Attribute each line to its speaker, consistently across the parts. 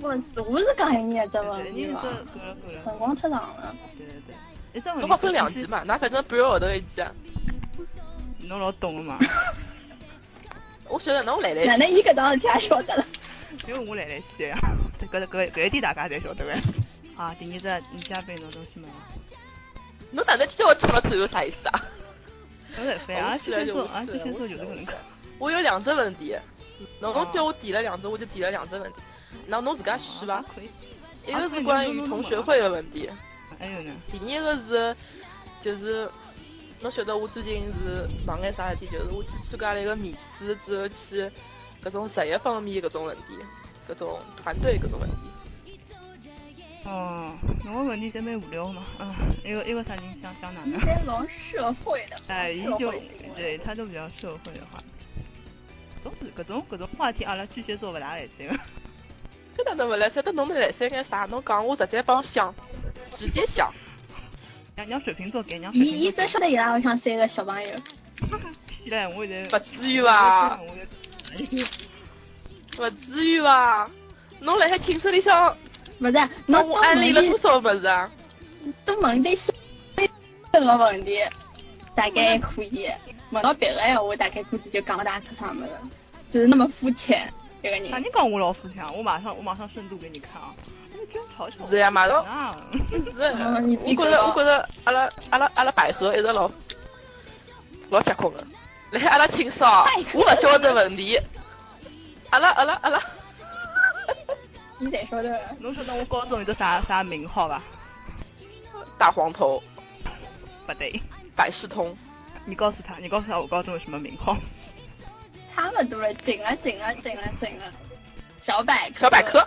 Speaker 1: 么子，我是讲伊一只问
Speaker 2: 你
Speaker 1: 题
Speaker 2: 是
Speaker 1: 伐
Speaker 2: 搿？搿搿了，
Speaker 1: 辰光太长了，
Speaker 2: 对对哎对。一只问题，
Speaker 3: 侬好分两集，嘛，那反正半个号头一集啊。
Speaker 2: 侬老懂的 嘛，
Speaker 3: 我晓得侬来
Speaker 1: 哪
Speaker 3: 来，
Speaker 1: 能伊搿桩事体也晓得了？
Speaker 2: 只有我来来写啊 呀。搿搿搿搿一点大家侪晓得个。 啊，第二只女嘉宾侬都去问了，
Speaker 3: 侬哪能听到我讲到最后啥意思啊？
Speaker 2: 没办法，
Speaker 3: 我
Speaker 2: 啊，
Speaker 3: 死
Speaker 2: 天
Speaker 3: 了
Speaker 2: 蝎
Speaker 3: 就
Speaker 2: 座，
Speaker 3: 我
Speaker 2: 啊，
Speaker 3: 死
Speaker 2: 天蝎
Speaker 3: 了，我
Speaker 2: 座
Speaker 3: 死
Speaker 2: 就是
Speaker 3: 了
Speaker 2: 搿
Speaker 3: 我
Speaker 2: 能
Speaker 3: 死
Speaker 2: 介
Speaker 3: 了。。我有两只问题，侬侬
Speaker 2: 哦
Speaker 3: 叫我提了两只，我就提了两只问题。然后侬自家选伐
Speaker 2: 啊？可以。
Speaker 3: 一个是关于同学会的问题，
Speaker 2: 还有哎呢，
Speaker 3: 第二个是就是侬晓得我最近是忙眼啥事体，就是我去参加了一个面试之后去搿种职业方面搿种问题，搿种团队搿种问题。
Speaker 2: 哦，侬个问题侪蛮无聊嘛，嗯，一个一个啥人想想哪
Speaker 1: 伊
Speaker 2: 能？
Speaker 1: 侪老社会的，
Speaker 2: 哎，伊
Speaker 1: 社
Speaker 2: 就
Speaker 1: 会性的。
Speaker 2: 哎对他都比较社会的话题，总是搿种搿种话题，阿拉巨蟹座勿大来 塞个。
Speaker 3: 搿哪能勿来塞？但侬来塞眼啥？侬讲我直接帮想，直接想。
Speaker 2: 让让水瓶座给，让水瓶
Speaker 1: 伊伊
Speaker 2: 座
Speaker 1: 只晓得伊拉屋里向三个小朋友，
Speaker 2: 屁嘞，我现
Speaker 3: 不
Speaker 2: 在
Speaker 3: 至于吧？
Speaker 2: 我哎现在
Speaker 3: 不至于吧？侬辣海寝室里向，
Speaker 1: 勿是？
Speaker 3: 帮
Speaker 1: 侬
Speaker 3: 我
Speaker 1: 多
Speaker 3: 安
Speaker 1: 问
Speaker 3: 利了
Speaker 1: 点
Speaker 3: 多少物事啊？
Speaker 1: 多问点小这个问题，大概还可以。问到别个闲话，大概估计就讲勿大出啥物事，就是那么肤浅一个
Speaker 2: 啥
Speaker 1: 人。
Speaker 2: 人啊讲我老肤浅？我马上我马上深度给你看啊！你居然嘲笑我！
Speaker 3: 是呀马上
Speaker 2: 啊！
Speaker 3: 是，
Speaker 1: 嗯你
Speaker 3: 我
Speaker 1: 别
Speaker 3: 觉着
Speaker 1: 搞
Speaker 3: 我觉着阿拉阿拉阿拉百合一直老老结棍的。辣海阿拉寝室哦
Speaker 1: 百，合
Speaker 3: 我勿晓得问题。阿拉阿拉阿拉，
Speaker 1: 伊侪晓得，
Speaker 2: 侬晓得我高中有只啥啥名号伐？
Speaker 3: 大黄头，
Speaker 2: 不对，
Speaker 3: 百事通，
Speaker 2: 你告诉他，你告诉他我高中有什么名号？
Speaker 1: 差勿多了，紧了，紧了，紧了，紧了。小百科，
Speaker 3: 小百 科。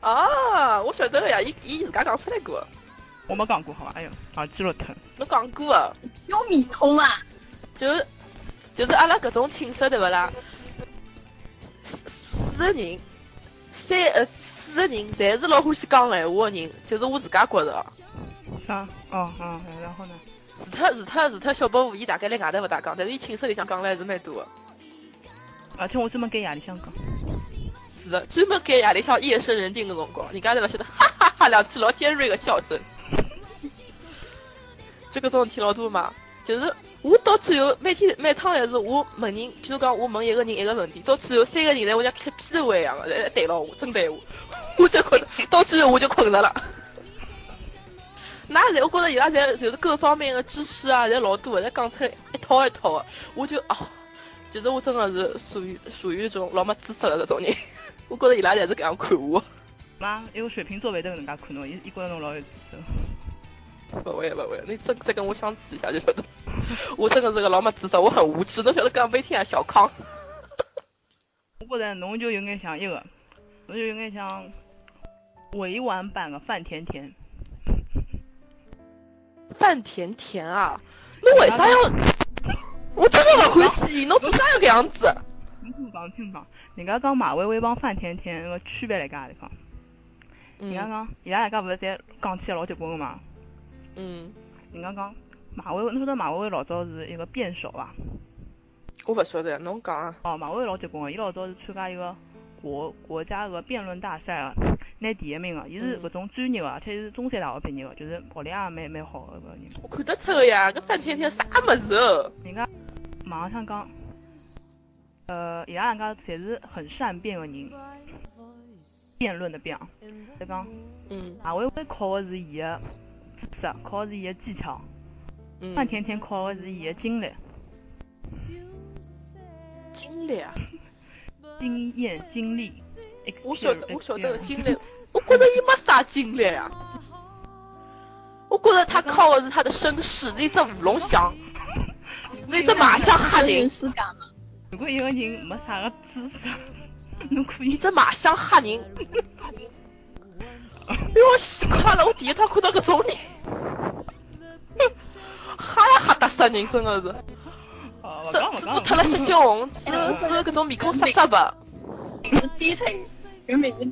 Speaker 3: 啊，我晓得个呀，伊伊自家讲出来过，
Speaker 2: 我没讲过好伐？哎呦，耳机肉疼。
Speaker 3: 侬讲过啊个。
Speaker 1: 有米通啊，
Speaker 3: 就是就是阿拉搿种寝室对勿啦？四四个人，三呃四个人，侪是老欢喜讲闲话个人，就是我自家觉着。
Speaker 2: 啥？哦哦，然后呢？
Speaker 3: 除脱除脱除脱小保姆，伊大概辣外头勿大讲，但是伊寝室里向讲了还是蛮多个。
Speaker 2: 而且我专门跟夜里向讲，
Speaker 3: 是的，专门给夜里向夜深人静的辰 光，人家侪勿晓得哈哈哈两记老尖锐的笑声。 就搿种事体老多嘛，就是我到最后每天每趟侪是我问人，譬如讲我问一个人一个问题，到最后三个人侪我像开批斗会一样的，侪对牢我，真对我， 我就困，到最后我就困着了。 那侪我觉着伊拉侪就是各方面的知识啊，侪老多的，侪讲出来一套一套的，我就啊，其实我真的是属于属于一种老没知识的搿种人。我觉着伊拉侪是搿样看我，
Speaker 2: 妈，因为水瓶座会得搿能介看侬，伊伊觉着侬老有知识。
Speaker 3: 勿会勿会，你真再跟我相处一下就晓得，我真的是个老没知识，我很无知，侬晓得讲每天啊小康，
Speaker 2: 我觉着侬就应该像一个，侬就应该像委婉版的范甜甜。
Speaker 3: 范甜甜啊，侬为啥要？我真的勿欢喜伊，侬做啥要搿样子？
Speaker 2: 侬听我讲，听我讲，人家讲马薇薇帮范甜甜个区别辣搿地方。人家
Speaker 3: 嗯
Speaker 2: 讲，伊拉两家勿是侪讲起来老结棍个嘛？
Speaker 3: 嗯，
Speaker 2: 人家讲马薇薇，侬晓得马薇薇老早是一个辩手伐？
Speaker 3: 我勿晓得，侬讲啊，
Speaker 2: 哦，马薇薇老结棍个，伊老早是参加一个国国家个辩论大赛个，拿第一名啊个。伊是
Speaker 3: 嗯
Speaker 2: 搿种专业啊个，而且伊是中山大学毕业个，就是学历也蛮蛮好个搿个人。
Speaker 3: 我看得出个呀，搿范甜甜啥物事哦？
Speaker 2: 人家网上讲，呃，伊拉两家侪是很善辩个人，辩论的辩啊。再讲，
Speaker 3: 嗯
Speaker 2: 马薇薇靠个是伊个知识，靠个是伊个技巧；
Speaker 3: 嗯，
Speaker 2: 范甜甜靠个是伊个经历、
Speaker 3: 经历啊，
Speaker 2: 经验、经历。
Speaker 3: 我晓得我
Speaker 2: 哎
Speaker 3: 晓得个
Speaker 2: experience
Speaker 3: 经历，我觉着伊没啥经历啊，我觉着他靠的是他的身世，是一只舞龙翔。那只马像啊哈林
Speaker 1: 有，私感嘛？
Speaker 2: 如果一个人没啥个知识，侬可
Speaker 3: 一
Speaker 2: 以
Speaker 3: 只马像哈人。哎呦，死快了！我第一趟看到搿种人，哈呀哈得死人，真的是，
Speaker 2: 哦，勿
Speaker 3: 只
Speaker 2: 讲勿
Speaker 3: 只
Speaker 2: 讲
Speaker 3: 顾
Speaker 2: 勿
Speaker 3: 脱了吸血红，只只有搿种面孔塞塞白。
Speaker 1: 名字逼他，有名字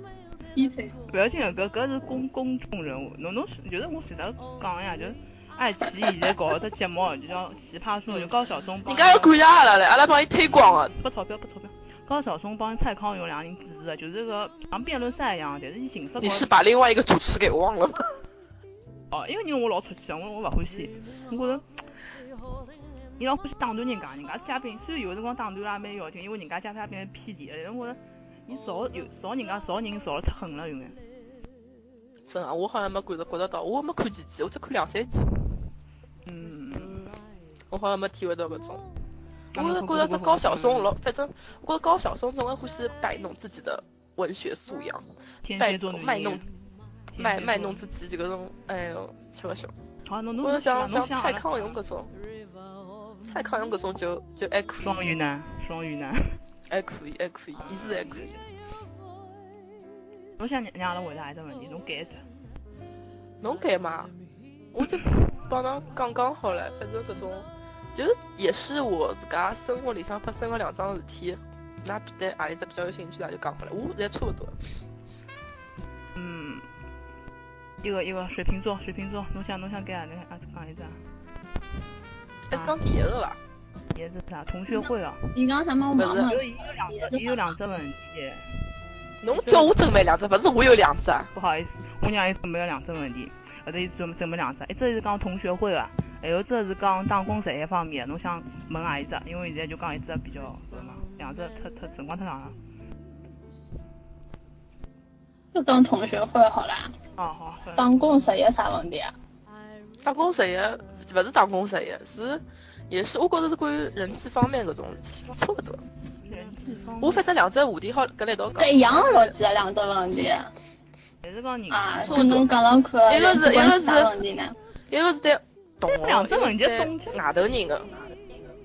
Speaker 1: 逼他。
Speaker 2: 不要紧个，搿搿是公公众人物。侬侬是就是我前头讲呀，就是爱奇艺现在搞只节目，就叫《奇葩说》，就高晓松帮。嗯
Speaker 3: 人家要感谢阿拉嘞，阿拉帮伊推广啊。
Speaker 2: 拨钞票拨钞票。高晓松帮蔡康永两个人主持的，就是个像辩论赛一样，但是伊形式高
Speaker 3: 你是把另外一个主持给忘了吗？
Speaker 2: 哦，因为人我老出气了，我我勿欢喜，我觉着。伊老欢喜打断人家，人家嘉宾虽然有辰光打断啦蛮要紧，因为人家嘉宾是偏题的，但是我觉着伊造有造人家造人造了太狠了，有眼。
Speaker 3: 真啊，我好像没感觉觉得到，我没看几集，我只看两三集，
Speaker 2: 嗯，
Speaker 3: 我好像没体会到搿种。
Speaker 2: 啊
Speaker 3: 我
Speaker 2: 没看嗯
Speaker 3: 是觉
Speaker 2: 过
Speaker 3: 得这高晓松老，反正我觉得高晓松总归欢喜摆弄自己的文学素养，
Speaker 2: 天
Speaker 3: 摆
Speaker 2: 蝎座女
Speaker 3: 卖
Speaker 2: 人
Speaker 3: 弄
Speaker 2: 嗯
Speaker 3: 卖卖弄
Speaker 2: 天蝎
Speaker 3: 自己这个种，哎呦，吃不消。
Speaker 2: 座好，侬侬
Speaker 3: 我就想
Speaker 2: 侬
Speaker 3: 想
Speaker 2: 想啊
Speaker 3: 蔡
Speaker 2: 阿拉
Speaker 3: 康永搿种，蔡康永搿种就就还可
Speaker 2: 嗯
Speaker 3: 以，
Speaker 2: 双鱼男，双鱼男，
Speaker 3: 还可以，还可以，一直还可以。
Speaker 2: 侬想让让阿拉回答一只问题，侬改一只。
Speaker 3: 侬改嘛？我就帮侬讲讲好了，反正搿种就是也是我自家生活里向发生个两桩事体，㑚比对何里只比较有兴趣，㑚就讲好了。我现在差不多，
Speaker 2: 嗯，一个一个水瓶座，水瓶座，侬想侬想改啊？侬想啊讲一只啊，
Speaker 3: 还是讲第一个吧。
Speaker 2: 也是啥同学会啊？
Speaker 1: 你刚什么？我忙
Speaker 2: 有
Speaker 1: 忙
Speaker 2: 伊有两只，伊有两只问题。
Speaker 3: 侬叫我准备两只，勿是我有两只啊。
Speaker 2: 不好意思，我让伊准备了两只问题，后头伊准备准备两只，一只是讲同学会啊个，还有一只是讲打工实习方面的。侬想问哪一只？因为现在就讲一只比较搿嘛，两只太太辰光太长了。
Speaker 1: 就当同学会好啦。
Speaker 2: 哦好，好
Speaker 1: 当公实有啥问题啊？
Speaker 3: 打工实习，勿是打工实习，是也是我觉着是关于人际方面搿种事体，差不多。
Speaker 2: 人际方面
Speaker 3: 我反正两只话题好跟辣一道
Speaker 1: 这
Speaker 3: 讲，
Speaker 1: 一样的逻辑啊，两只问题啊，
Speaker 2: 还是讲人际
Speaker 1: 就侬讲讲看，
Speaker 3: 一个
Speaker 1: 人
Speaker 3: 嗯是
Speaker 1: 际关系
Speaker 3: 一个是
Speaker 1: 啥问题呢？
Speaker 3: 一个是对同学，
Speaker 2: 两只问题
Speaker 3: 一个是
Speaker 2: 总结
Speaker 3: 对外头人个。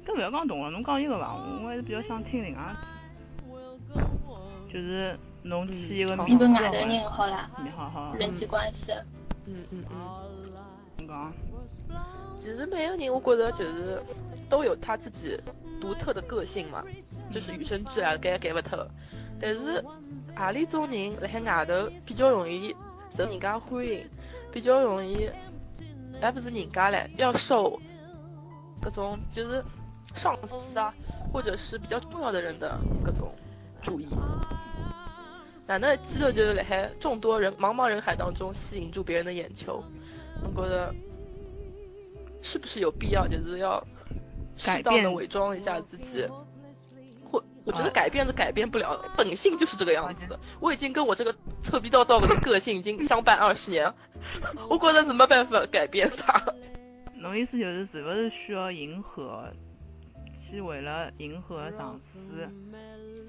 Speaker 2: 搿勿要讲同学，侬讲一个伐？我我还是比较想听另外，就是侬去一个
Speaker 3: 嗯
Speaker 2: 面
Speaker 1: 一
Speaker 2: 试
Speaker 1: 个
Speaker 2: 的
Speaker 1: 外头
Speaker 2: 环境，
Speaker 1: 人好啦，
Speaker 2: 你好好，
Speaker 1: 人际关系。
Speaker 3: 嗯嗯嗯。
Speaker 2: 侬讲，啊
Speaker 3: 其实每个人我觉着就是都有他自己独特的个性嘛，就是与生俱来的，改也改勿脱。但是何里种人辣海外头比较容易受人家欢迎，比较容易，还不是人家嘞，要受各种就是上司啊，或者是比较重要的人的各种注意。哪能记得就是辣海众多人茫茫人海当中吸引住别人的眼球，侬觉得是不是有必要就是要适
Speaker 2: 改
Speaker 3: 当的
Speaker 2: 变
Speaker 3: 伪装一下自己？或我觉
Speaker 2: 啊
Speaker 3: 得改变是改变不了的，本性就是这个样子的。我已经跟我这个臭逼道造的个性已经相伴二十年了， 我觉得是没办法改变它。
Speaker 2: 侬意思就是是勿是需要迎合，去为了迎合上司，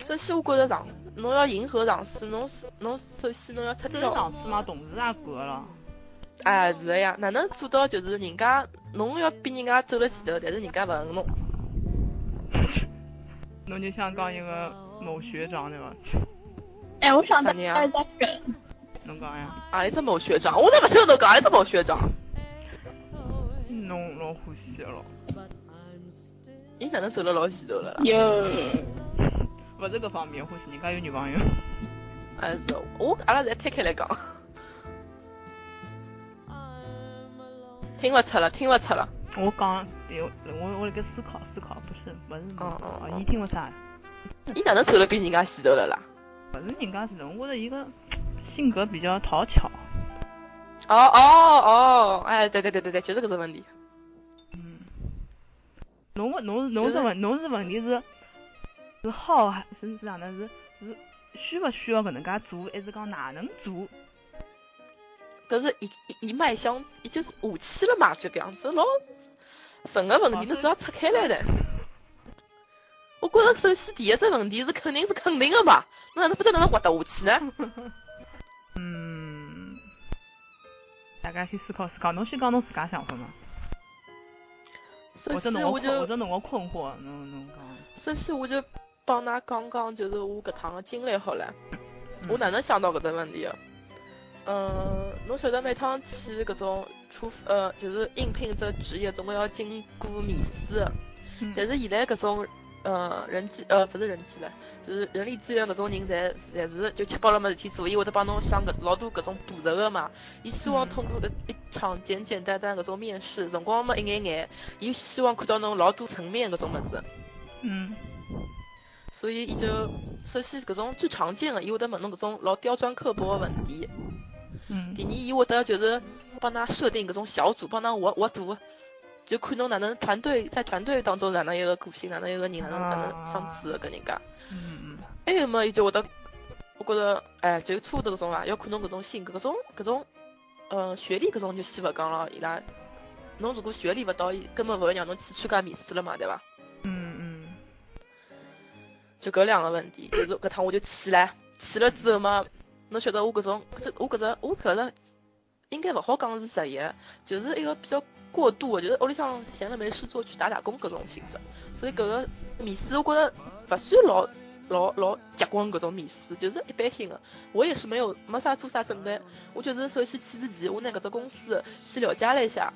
Speaker 3: 首先，我觉着上侬要迎合上司，侬是侬首先侬要出
Speaker 2: 跟
Speaker 3: 挑
Speaker 2: 上，司嘛，同事也管了，
Speaker 3: 哎，是的呀，哪能做到就是人家侬要比人家走了前头，但是人家勿恨侬。
Speaker 2: 侬就想讲一个某学长对伐？
Speaker 1: 哎，我想
Speaker 3: 啥
Speaker 1: 到
Speaker 3: 人啊
Speaker 1: 大家梗，
Speaker 2: 侬讲呀，
Speaker 3: 啊，里只某学长，我哪勿晓得讲，啊里只某学长，
Speaker 2: 侬老欢喜了，
Speaker 3: 伊哪能走了老前头了啦？
Speaker 1: 哟，
Speaker 2: 勿是搿方面欢喜，人家有女朋友，
Speaker 3: 哎，是的，我阿拉侪摊开来讲，听勿出了，听勿出了。
Speaker 2: 我讲，对我我我辣盖思考思考，不是勿是，
Speaker 3: 哦哦
Speaker 2: 哦，
Speaker 3: 哦
Speaker 2: 伊听勿出来。
Speaker 3: 伊哪能走了比人家前头了啦？
Speaker 2: 不是人家是人，我觉得一个性格比较讨巧，
Speaker 3: 哦哦哦，哎，对对对对对，就是搿只问题。
Speaker 2: 嗯，侬问侬侬
Speaker 3: 就是
Speaker 2: 是问侬是问题是是好还是是哪能是是需勿需要搿能介做，还是讲哪能做？
Speaker 3: 搿是一一一脉相，也就是武器了嘛，就搿样子老神个问题，
Speaker 2: 哦所
Speaker 3: 侬
Speaker 2: 以
Speaker 3: 只要拆开来的。我觉着首先第一只问题是肯定是肯定的嘛，侬哪能不知道哪能活得下去呢？
Speaker 2: 嗯，大家先思考思考，侬先讲侬自家想法嘛。
Speaker 3: 首
Speaker 2: 或者
Speaker 3: 先
Speaker 2: 侬
Speaker 3: 我
Speaker 2: 个困，或
Speaker 3: 就
Speaker 2: 者侬个困惑，侬侬讲。
Speaker 3: 首先我就帮㑚讲讲，就是我搿趟个经历好了，
Speaker 2: 嗯
Speaker 3: 我哪能想到搿只问题的？嗯，侬晓得每趟去搿种出呃，就是应聘这职业，总归要经过面试的。
Speaker 2: 嗯
Speaker 3: 但是现在搿种呃人机呃勿是人机了，就是人力资源搿种人侪侪是就吃饱了没事体做，伊会得帮侬想搿老多搿种补习个嘛。伊希望
Speaker 2: 嗯
Speaker 3: 通过搿一场简简单单搿种面试，辰光嘛一眼眼，伊希望看到侬老多层面搿种物事。
Speaker 2: 嗯
Speaker 3: 所以伊就首先搿种最常见的，伊会得问侬搿种老刁钻刻薄的问题。
Speaker 2: 嗯
Speaker 3: 第二，伊会得就是帮㑚设定搿种小组，帮㑚活活组，就看侬哪能团队在团队当中哪能一个个性，哪能一个人哪能哪能相处的跟人家。
Speaker 2: 嗯嗯
Speaker 3: 还有么，伊就会得，我觉着，哎，就差勿多搿种伐，要看侬搿种性格，搿种搿种，呃，学历搿种就先勿讲了，伊拉，侬如果学历勿到，伊根本勿会让侬去参加面试了嘛，对伐？
Speaker 2: 嗯
Speaker 3: 就搿两个问题，就是搿趟我就去了，去了之后嘛，侬晓得我搿种，搿只我搿只我搿只应该勿好讲是职业，就是一个比较过度的，就是屋里向闲了没事做去打打工搿种性质，所以搿个面试我觉着勿算老老老结棍搿种面试，就是一般性的。我也是没有没啥做啥准备，我就是首先去之前，我拿搿只公司先了解了一下，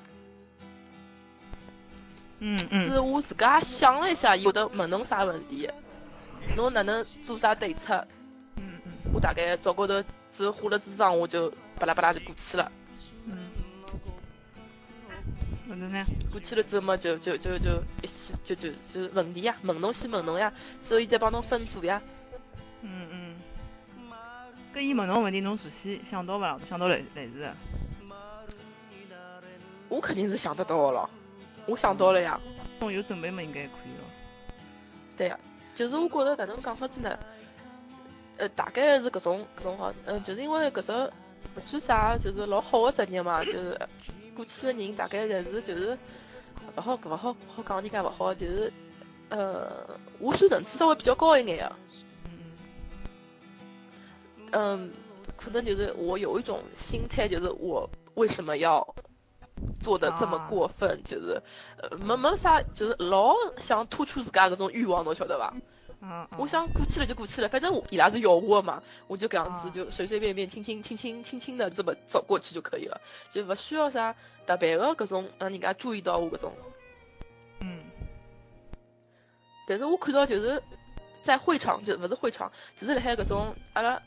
Speaker 2: 嗯嗯
Speaker 3: 是
Speaker 2: 嗯
Speaker 3: 我自家想了一下，伊会得问侬啥问题，侬哪能做啥对策。
Speaker 2: 嗯
Speaker 3: 我大概早高头只花了智商，我就巴拉巴拉就过去了。
Speaker 2: 嗯，哪能呢？
Speaker 3: 过去了之后嘛，就就就就一起就就就问题呀，问侬先问侬呀，之后伊再帮侬分组呀。
Speaker 2: 嗯嗯，搿伊问侬问题，侬事先想到勿啦？想到类类似的，
Speaker 3: 我肯定是想得到的咯，我想到了呀。
Speaker 2: 侬有准备嘛？应该可以咯。
Speaker 3: 对呀、就是我觉着哪能讲法子呢？呃，大概是搿种搿种好，嗯、就是因为搿只勿算啥，就是老好的职业嘛，就是过去的人大概侪是就是勿好勿好勿好讲人家勿好，就是呃，我算层次稍微比较高一眼的、
Speaker 2: 嗯
Speaker 3: 嗯，可能就是我有一种心态，就是我为什么要做的这么
Speaker 2: 啊
Speaker 3: 过分？就是呃，没没啥，就是老想突出自家搿种欲望，侬晓得伐？
Speaker 2: 嗯啊啊！
Speaker 3: 我想过去了就过去了，反正我伊拉是要我的嘛，我就搿样子
Speaker 2: 啊
Speaker 3: 就随随便便、轻轻轻轻轻轻的这么走过去就可以了，就勿需要啥特别的搿种让人家注意到我搿种。
Speaker 2: 嗯
Speaker 3: 但是我看到就是在会场，就勿是会场，只是辣海搿种阿拉。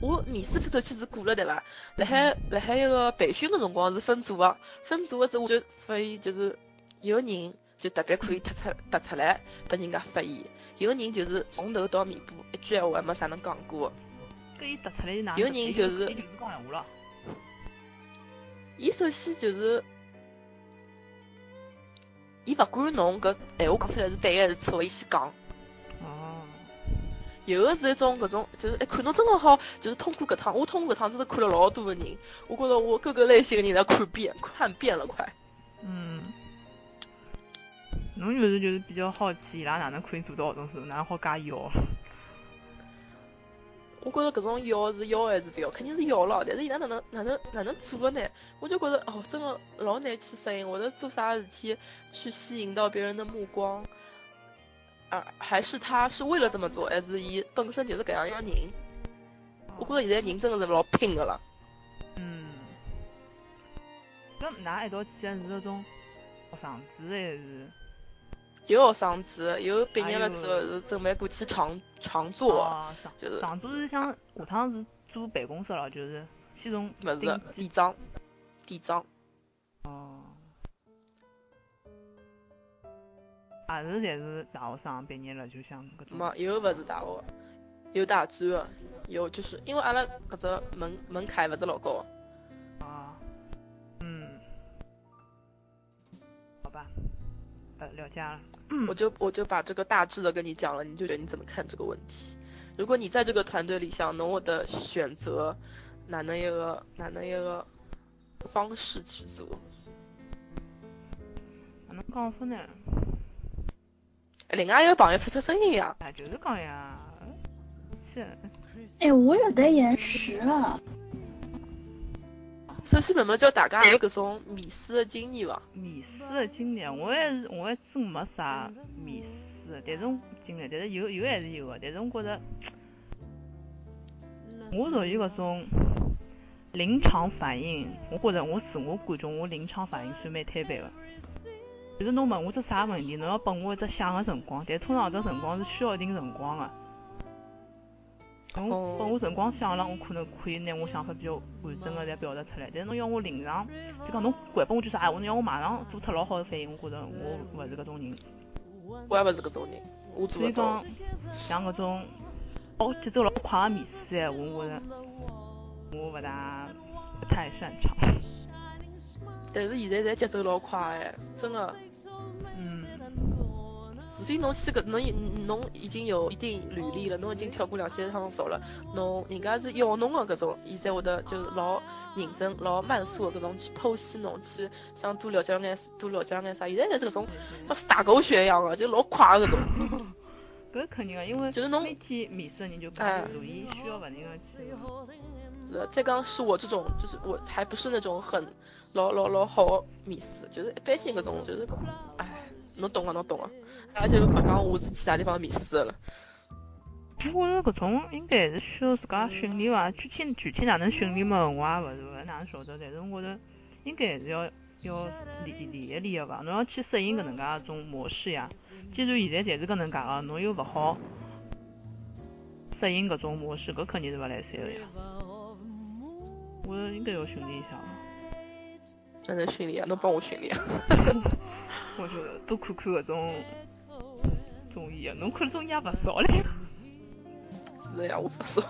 Speaker 3: 我面试这期是过了对伐？辣海辣海一个培训个辰光是分组个，分组个之后我就发现就是有个人就特别可以突出突出来拨人家发现，有个人就是从头到尾巴一句闲话也没啥能讲过的。
Speaker 2: 搿伊突出来是哪能
Speaker 3: 有
Speaker 2: 突出？
Speaker 3: 人
Speaker 2: 伊
Speaker 3: 就
Speaker 2: 就是伊就是讲闲话了。
Speaker 3: 伊首先就是，伊勿管侬搿闲话讲出来是对还是错，伊先讲。
Speaker 2: 哦，
Speaker 3: 有的是一种搿种，就是哎，看侬真个好，就是通过搿趟，我通过搿趟真的看了老多个人，我觉着我各个类型个人侪看遍，看遍了快。
Speaker 2: 嗯。侬就是就是比较好奇，伊拉哪能可以做到搿种事，哪能好加要？
Speaker 3: 我觉着搿种要是要还是勿要，肯定是要了，但是伊拉哪能哪能哪能做个呢？我就觉着哦，真个老难去适应，或者做啥事体去吸引到别人的目光，啊，还是他是为了这么做，还是伊本身就是搿样一个人？我觉着现在人真个是老拼个了。
Speaker 2: 嗯，搿㑚一道去的是那种学生子还是？
Speaker 3: 有学生子，有毕业了之后是准备过去长长做的。
Speaker 2: 啊，上
Speaker 3: 就是
Speaker 2: 上周是想下趟是租办公室了，就是先从
Speaker 3: 不是
Speaker 2: 顶
Speaker 3: 地章，地章，
Speaker 2: 哦，也是侪是大学生毕业了，就想搿种
Speaker 3: 没有勿是大学，有大专的，有就是因为阿拉搿只门门槛勿是老高，
Speaker 2: 啊，嗯，好吧，呃，了解了，
Speaker 3: 我就我就把这个大致的跟你讲了，你就觉得你怎么看这个问题。如果你在这个团队里向，侬会得选择哪能一个哪能一个方式去做？
Speaker 2: 哪能讲法呢？
Speaker 3: 另外一个朋友出出声音呀，
Speaker 2: 啊，就是讲呀，是，
Speaker 1: 哎，我有的延时了，
Speaker 3: 首先问问叫大家有搿种面试的经验伐？
Speaker 2: 面试的经历，我还是我还真没啥面试的，但是我经历，但是有有还是有的，但是我觉着，我属于搿种临场反应，我觉着我自我感觉我临场反应算蛮摊板的。就是侬问我只啥问题，侬要拨我一只想个辰光，但通常搿只辰光是需要一定辰光的。侬
Speaker 3: 哦
Speaker 2: 拨我辰光想了，我可能可以拿我想法比较完整个侪表达出来。但是侬要我临场，就讲侬掼拨我句啥闲话，侬要我马上做出老好的反应，我觉着我勿是搿种人。
Speaker 3: 我也勿是搿种人，我做
Speaker 2: 所
Speaker 3: 勿
Speaker 2: 以
Speaker 3: 到
Speaker 2: 讲。，像搿种哦节奏老快的面试闲话，哎我觉着我勿大不太擅长。
Speaker 3: 但是现在侪节奏老快哎，真的，
Speaker 2: 嗯，
Speaker 3: 除非侬去搿侬已侬已经有一定履历了，侬已经跳过两三趟槽了，侬人家是要侬的搿种，伊才会得就是老认真、老慢速的搿种去剖析侬，去想多了解眼、多了解眼啥。现在侪是搿种像撒狗血一样的，就老快的搿种。
Speaker 2: 搿肯定个，啊因为
Speaker 3: 就是侬哎
Speaker 2: 每天面试的人就介许多，伊需要勿停个去。
Speaker 3: 是再讲是我这种，就是我还不是那种很老老老好面试，就是哎一般性搿种，就是讲，哎，侬懂个、侬懂个、而且勿讲我是去啥地方面试的了。
Speaker 2: 我觉着搿种应该还是需要自家训练伐，具体具体哪能训练嘛，我也勿是勿哪能晓得，但是我觉着应该还是要要练练一练个伐，侬要去适应搿能介一种模式呀。既然现在侪是搿能介个，侬又勿好适应搿种模式，搿肯定是勿来三个呀。我觉着应该要训练一下，
Speaker 3: 哪能训练啊？侬帮我训练啊。
Speaker 2: 我觉着多看看搿种 综艺啊，侬看的综艺也勿少嘞。
Speaker 3: 是的呀，我不说。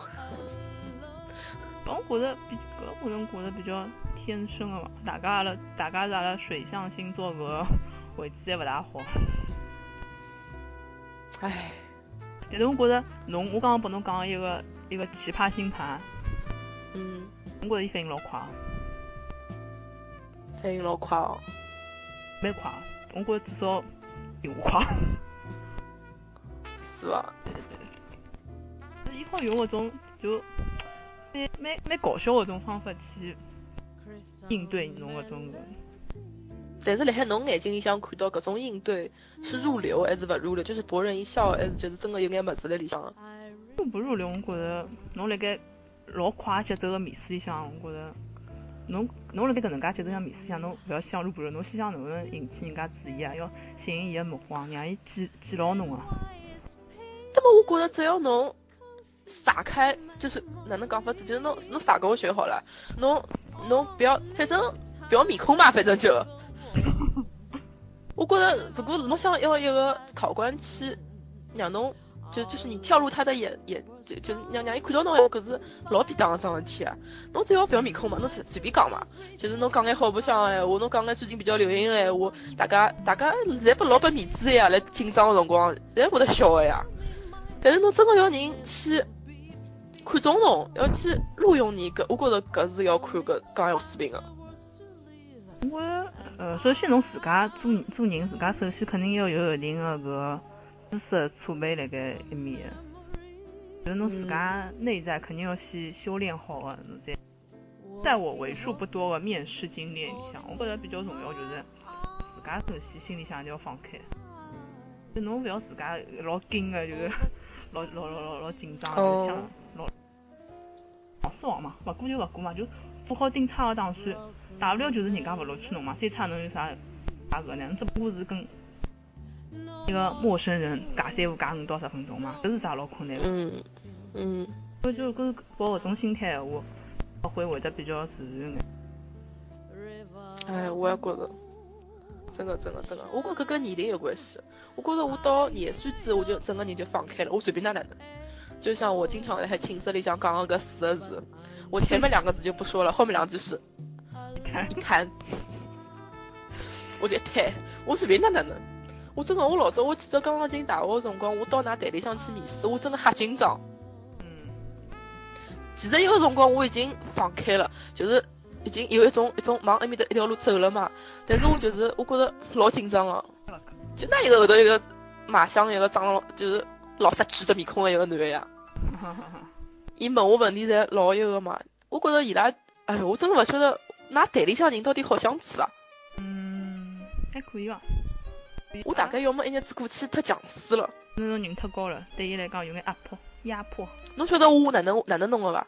Speaker 2: 但我觉着比搿我能觉着比较天生的嘛，大家阿拉大家是阿拉水象星座搿 个位置还勿大好。
Speaker 3: 唉，
Speaker 2: 但是我觉着侬，我刚刚拨侬讲一个一个奇葩星盘，
Speaker 3: 嗯，
Speaker 2: 我觉着伊反应老快，
Speaker 3: 反应老快哦。
Speaker 2: 蛮快，我觉着至少比我快。
Speaker 3: 是吧？
Speaker 2: 伊好用搿种就蛮蛮蛮搞笑搿种方法去应对侬搿种人。
Speaker 3: 但是辣海侬眼睛里向看到搿种应对是入流还是勿入流，就是博人一笑，还是就是真的有眼物事辣里向的。
Speaker 2: 入不入流，我觉着侬辣盖老快节奏个面试里向，我觉着侬侬辣盖搿能介节奏下面试里向，侬勿要想入不入，侬先想哪能引起人家注意啊，要吸引伊个目光，让伊记记牢侬啊。
Speaker 3: 那么我觉着只要侬撒开，就是哪能讲法子，就是侬侬撒狗血好了，侬侬不要，反正不要面孔嘛，反正就。我觉着如果侬想要一个考官去让侬，就就是你跳入他的眼眼，就就让让伊看到侬，搿是老便当个桩事体啊。侬只要不要面孔嘛，侬随随便讲嘛，就是侬讲眼好白相个闲话，侬讲眼最近比较流行个闲话，大家大家侪不老拨面子个呀，来紧张个辰光，侪会得笑个呀。但是侬真个要人去看中侬，要去录用你，搿我觉着搿是要看搿讲闲话水平个。
Speaker 2: 我呃，首先侬自家做人做人，自家首先肯定要有一定个搿个知识储备辣盖一面的，就是侬自家内在肯定要先修炼好个、侬再在我为数不多的面试经历里向，我觉得比较重要就是自家首先心里向要放开，就侬勿要自家老紧个，就是老老老老老紧张，就是想
Speaker 3: 哦
Speaker 2: 老往是往嘛，勿过就勿过嘛，就做好顶差个打算，大不了就是人家勿录取侬嘛，再差能有啥啥搿呢？只不过是跟一个陌生人尬三胡尬五到十分钟嘛，搿是啥老困难个？
Speaker 3: 嗯嗯，
Speaker 2: 所以就跟抱搿种心态闲话，发挥会得比较自然眼。
Speaker 3: 哎，我也觉着，真个真个真个，我觉着搿跟年龄有关系。我觉着我到廿岁之后，我就整个人就放开了，我随便哪哪能。就像我经常在寝室里向讲的搿四个字，我前面两个字就不说了，后面两个字是
Speaker 2: 你看
Speaker 3: 一，摊，我就一摊，我随便哪哪能。我真的，我老早我记得刚刚进大学的辰光，我到㑚队里向去面试，我真的吓紧张。
Speaker 2: 嗯。
Speaker 3: 其实有个辰光我已经放开了，就是已经有一种一种往埃面的一条路走了嘛。但是我就是我觉得老紧张啊，就那一个后头一个马相一个长了就是老杀举着面孔的一个男的呀，
Speaker 2: 哈哈哈，
Speaker 3: 伊问我问题侪老一个嘛。我觉得伊拉，哎哟，我真的勿晓得㑚队里向人到底好相处伐？啊
Speaker 2: 嗯，还可以吧。
Speaker 3: 我大概要么一日子过去太强势了。
Speaker 2: 那种人太高了，对伊来讲有眼压迫，压迫。
Speaker 3: 侬晓得我哪能哪能弄个伐？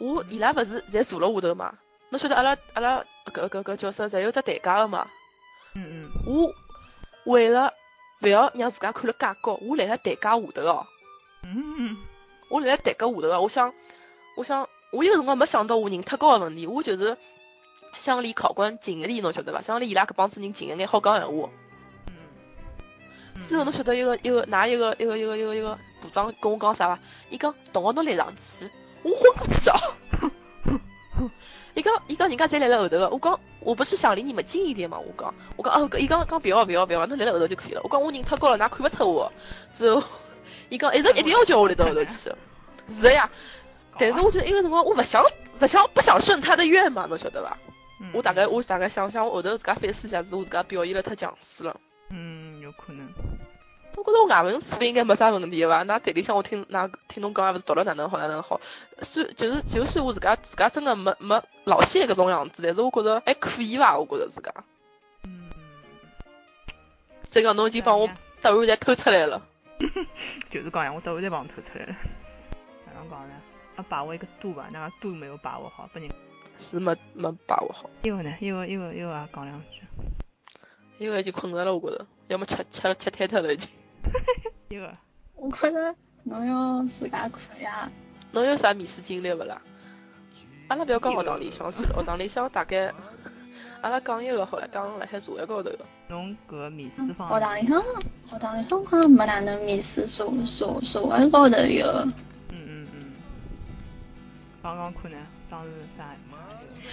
Speaker 3: 我伊拉勿是侪坐了下头嘛？侬晓得阿拉阿拉搿搿搿叫啥？侪有只台阶个嘛？
Speaker 2: 嗯嗯，
Speaker 3: 我为了勿要让自家看了介高，我辣辣台阶下头哦，
Speaker 2: 嗯，
Speaker 3: 我辣辣台阶下头哦，我想，我想，我有辰光没想到我人太高个问题，我就是想离考官近一点，侬晓得伐？想离伊拉搿帮子人近一眼，好讲闲话。
Speaker 2: 嗯，
Speaker 3: 之啊后侬晓得一个一个哪一个一个一个一个一个部长跟我讲啥伐？伊讲同学侬来上去，我昏过 去哦。伊讲伊讲人家侪来了后头个，我讲我不是想离你们近一点嘛，我讲我讲哦，伊讲讲不要不要不要，侬来了后头就可以了。我讲我人太高了，㑚看不出我。之后伊讲一直一定要叫我来这后头去，是的呀。
Speaker 2: 啊
Speaker 3: 但是我觉得一个辰光我不想不想不想顺他的愿嘛，侬晓得伐？
Speaker 2: 嗯
Speaker 3: 我大概我大概想想，我后头自家反思一下，是我自家表现了太强势了。
Speaker 2: 嗯有可能，
Speaker 3: 我觉着我外文素质应该没啥问题吧？那台里向我听那听侬讲，也勿是读了哪能好哪能好。虽就是就算我自家自家真的没没老谢搿种样子，但是我觉着还可以伐？我觉着自家。
Speaker 2: 嗯，
Speaker 3: 再讲侬已经帮我
Speaker 2: 哎呀
Speaker 3: 答案侪偷出来了。
Speaker 2: 就是讲呀，我答案侪帮我偷出 来了，哪能讲呢？要把握一个度吧，那个度没有把握好，不人。
Speaker 3: 是没没把握好，
Speaker 2: 一会呢，一会一会一会也讲两句，
Speaker 3: 因为已经困着了，我觉着，要么吃吃吃瘫脱了已经。
Speaker 2: 一会
Speaker 1: 我觉着侬要自家看呀，
Speaker 3: 侬有啥面试经历勿啦？阿拉勿要讲学堂里向算了，学堂里向大概，阿拉讲一个好了，讲辣海座位高头个。
Speaker 2: 侬搿个面试
Speaker 1: 学
Speaker 3: 嗯
Speaker 2: 方
Speaker 1: 堂
Speaker 2: 面，
Speaker 1: 里向学堂里向好像啊没哪能面试，座座座位高头有，
Speaker 2: 嗯嗯嗯，讲讲看呢，当时哎啥？